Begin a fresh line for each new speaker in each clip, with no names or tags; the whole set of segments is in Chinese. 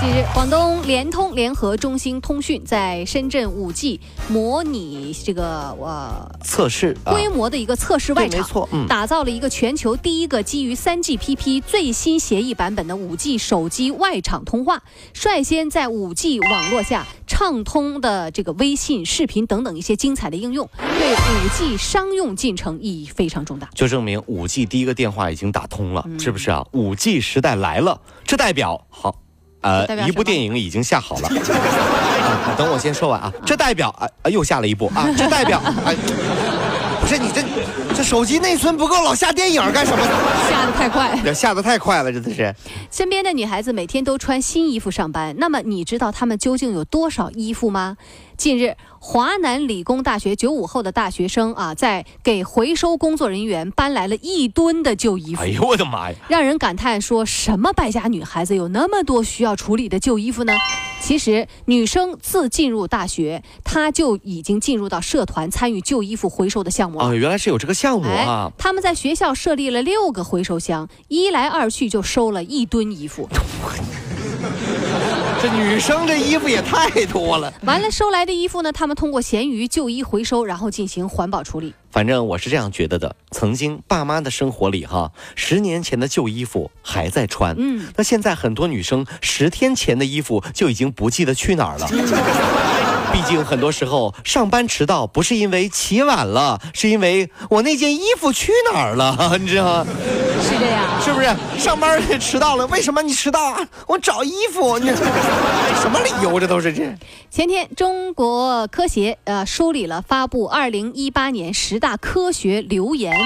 近日，广东联通联合中兴通讯在深圳 5G 模拟这个呃
测试啊，
规模的一个测试外
对
场，
没错嗯
打造了一个全球第一个基于 3GPP 最新协议版本的 5G 手机外场通话，率先在 5G 网络下畅通的这个微信、视频等等一些精彩的应用，对 5G 商用进程意义非常重大。
就证明五 G 第一个电话已经打通了，
嗯
是不是啊？五 G 时代来了，这代表好，呃
代表，什么
一部电影已经下好了。啊等我先说完啊，这代表啊、啊又下了一部啊，这代表哎，不是你这这手机内存不够，老下电影干什么？
下的太快。
这下的太快了，真的是。
身边的女孩子每天都穿新衣服上班，那么你知道她们究竟有多少衣服吗？近日，华南理工大学九五后的大学生啊，在给回收工作人员搬来了一吨的旧衣服
哎，呦我的妈呀！
让人感叹说，什么败家女孩子有那么多需要处理的旧衣服呢？其实，女生自进入大学，她就已经进入到社团参与旧衣服回收的项目了。
啊，原来是有这个项目
哎
啊，！
他们在学校设立了六个回收箱，一来二去就收了一吨衣服。
这女生这衣服也太多了。
完了，收来的衣服呢，他们通过闲鱼旧衣回收，然后进行环保处理。
反正我是这样觉得的。曾经爸妈的生活里，哈，十年前的旧衣服还在穿，
嗯，
那现在很多女生十天前的衣服就已经不记得去哪儿了。毕竟很多时候上班迟到不是因为起晚了，是因为我那件衣服去哪儿了， 你知道吗？
是这样。
是不是？上班儿迟到了，为什么你迟到啊？我找衣服，你 什么理由？这都是这。
前天，中国科协呃梳理了发布二零一八年十大科学流言，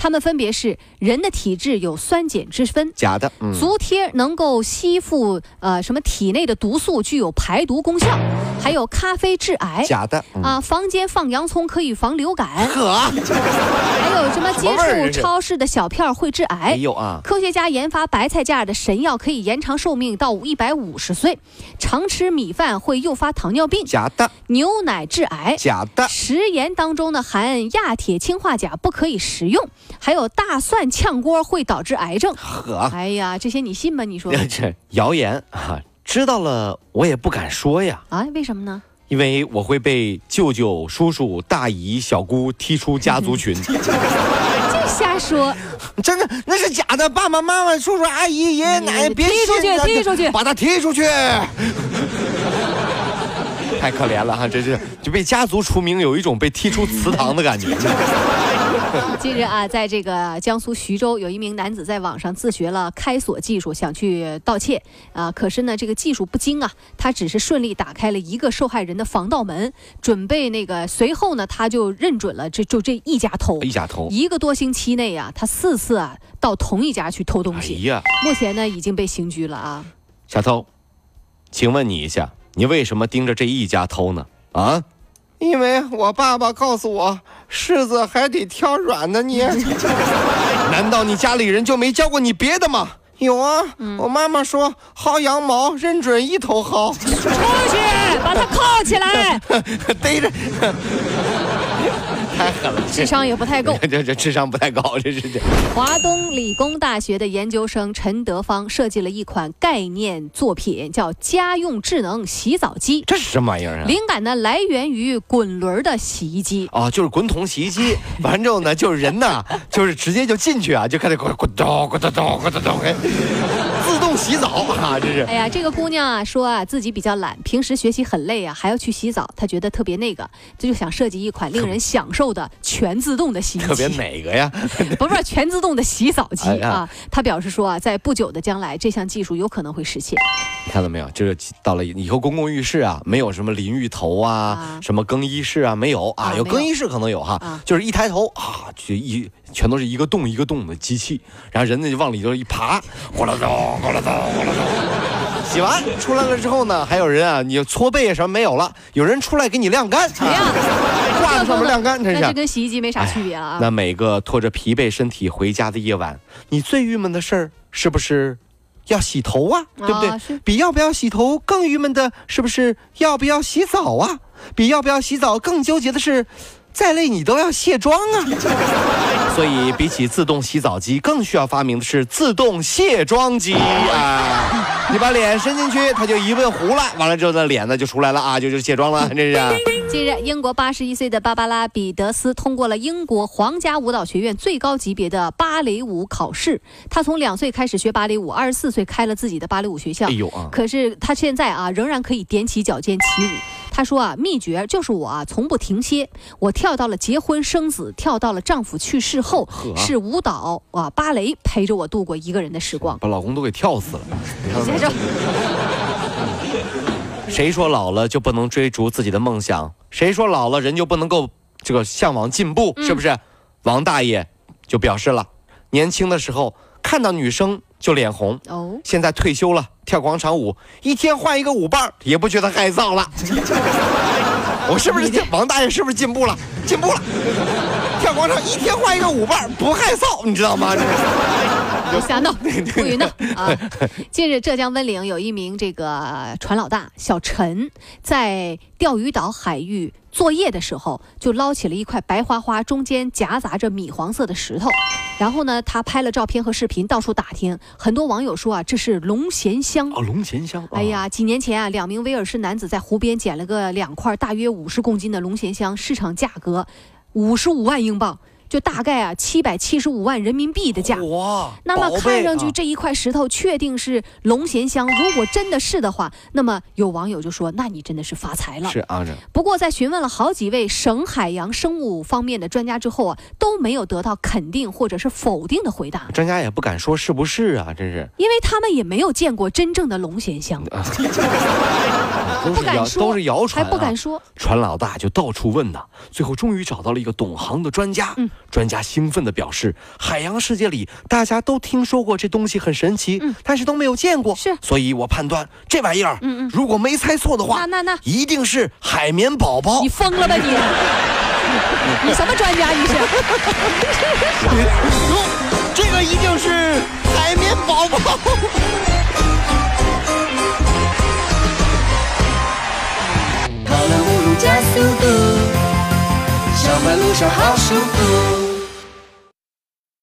它们分别是：人的体质有酸碱之分。
假的，嗯，
足贴能够吸附呃什么体内的毒素，具有排毒功效，还有咖啡致癌
假的，啊嗯，
啊。房间放洋葱可以防流感，
可
还有什么
什么味儿
接
这是
触超市的小票会致癌
没。有啊，
科学家研发白菜价的神药可以延长寿命到一百五十岁，常吃米饭会诱发糖尿病，
假的，
牛奶致癌。
假的，
食盐当中呢含亚铁氰化钾，不可以食用。还有大蒜炝锅会导致癌症。
可。
哎呀，这些你信吗？你说
这谣言啊，知道了我也不敢说呀，
啊？为什么呢？
因为我会被舅舅、叔叔、大姨、小姑踢出家族 群。
这瞎说，
真的，那是假的。爸爸妈妈、叔叔阿姨、爷爷奶奶，
你
别
嗯踢出
信
去
他
踢出去
把他踢出去。 太可怜了哈，真是就被家族除名，有一种被踢出祠堂的感 觉。
近日啊，在这个江苏徐州，有一名男子在网上自学了开锁技术，想去盗窃啊。可是呢，这个技术不精啊，他只是顺利打开了一个受害人的防盗门，准备那个。随后呢，他就认准了这就这一家偷。
一假头，
哎一个多星期内啊，他四次啊到同一家去偷东
哎
西，
呀，
目前呢已经被刑拘了啊。
小偷，请问你一下，你为什么盯着这一家偷呢？啊？因为我爸爸告诉我，柿子还得挑软的捏。 难道你家里人就没教过你别的吗？有啊，我妈妈说薅羊毛认准一头薅，
出去，把他铐起来！
逮着。太狠了，
智商也不太够。
这这这智商不太高，这是这
华东理工大学的研究生陈德芳设计了一款概念作品，叫家用智能洗澡机。
这是什么玩意儿啊？
灵感呢来源于滚轮儿的洗衣机。
啊，就是滚筒洗衣机，完之后呢，就是人呐，就是直接就进去啊，就开始滚滚咚滚咚咚滚咚咚，哎自动洗澡啊，这是
哎呀，这个姑娘啊说啊自己比较懒，平时学习很累啊，还要去洗澡，她觉得特别那个，她就想设计一款令人享受的全自动的洗衣 机。
特别哪个呀？
不是全自动的洗澡机
哎呀
啊！他表示说啊，在不久的将来，这项技术有可能会实现。
你看到没有？就是到了以后公共浴室啊，没有什么淋浴头啊
啊，
什么更衣室啊，没有啊，
啊
有
没
更
有
衣室可能有哈
啊，
就是一抬头啊，就一全都是一个洞一个洞的机器，然后人呢就往里头一爬，咕噜咚咕噜咚 咕噜咚。洗完出来了之后呢，还有人啊，你搓背啊什么没有了，有人出来给你晾干，
哎呀，
挂拿上面晾干，这
但这
是。
跟洗衣机没啥区别了啊。
那每个拖着疲惫身体回家的夜晚，你最郁闷的事儿是不是要洗头啊？对不对？
啊是
比要不要洗头更郁闷的是不是要不要洗澡啊？比要不要洗澡更纠结的是，再累你都要卸妆 啊。所以，比起自动洗澡机，更需要发明的是自动卸妆机啊！你把脸伸进去，它就一问糊了，完了之后呢，脸呢就出来了啊，就就卸妆了，这是。
近日，英国八十一岁的芭芭拉·彼得斯通过了英国皇家舞蹈学院最高级别的芭蕾舞考试。她从两岁开始学芭蕾舞，二十四岁开了自己的芭蕾舞学校。
哎呦啊！
可是她现在啊，仍然可以踮起脚尖起舞。她说啊，秘诀就是我啊，从不停歇。我跳到了结婚生子，跳到了丈夫去世后，
呵
是舞蹈啊芭蕾陪着我度过一个人的时光。
把老公都给跳死了。
接着，
谁说老了就不能追逐自己的梦想？谁说老了人就不能够这个向往进步？是不
嗯
是？王大爷就表示了，年轻的时候看到女生就脸红，
哦，
现在退休了跳广场舞，一天换一个舞伴儿也不觉得害臊了。 我是不是进王大爷是不是进步了？进步了，跳广场一天换一个舞伴儿不害臊，你知道吗？这是
别瞎闹，不许闹啊！近日，浙江温岭有一名这个船老大小陈，在钓鱼岛海域作业的时候，就捞起了一块白花花、中间夹杂着米黄色的石头。然后呢，他拍了照片和视频，到处打听。很多网友说啊，这是龙涎香。
哦，龙涎香。
哎呀，几年前啊，两名威尔士男子在湖边捡了个两块大约五十公斤的龙涎香，市场价格五十五万英镑，就大概啊七百七十五万人民币的价。
哦哇，
那么
宝贝
看上去
啊
这一块石头确定是龙涎香，如果真的是的话，那么有网友就说：“那你真的是发财了。
是啊，这”
不过在询问了好几位省海洋生物方面的专家之后啊，都没有得到肯定或者是否定的回答，
专家也不敢说是不是啊，真是
因为他们也没有见过真正的龙涎香，
啊都
不
是
敢
谣
说
都是谣
还
传、啊，
不敢说。
船老大就到处问呐、最后终于找到了一个懂行的专家。
嗯
专家兴奋地表示，海洋世界里大家都听说过这东西很神奇，
嗯
但是都没有见过。
是
所以我判断这玩意儿，
嗯嗯
如果没猜错的话，
那那那，
一定是海绵宝宝
你。疯了 吧你？你什么专家你是？
这个一定是海绵宝宝。
跑了五路加速度，上班路上好舒服。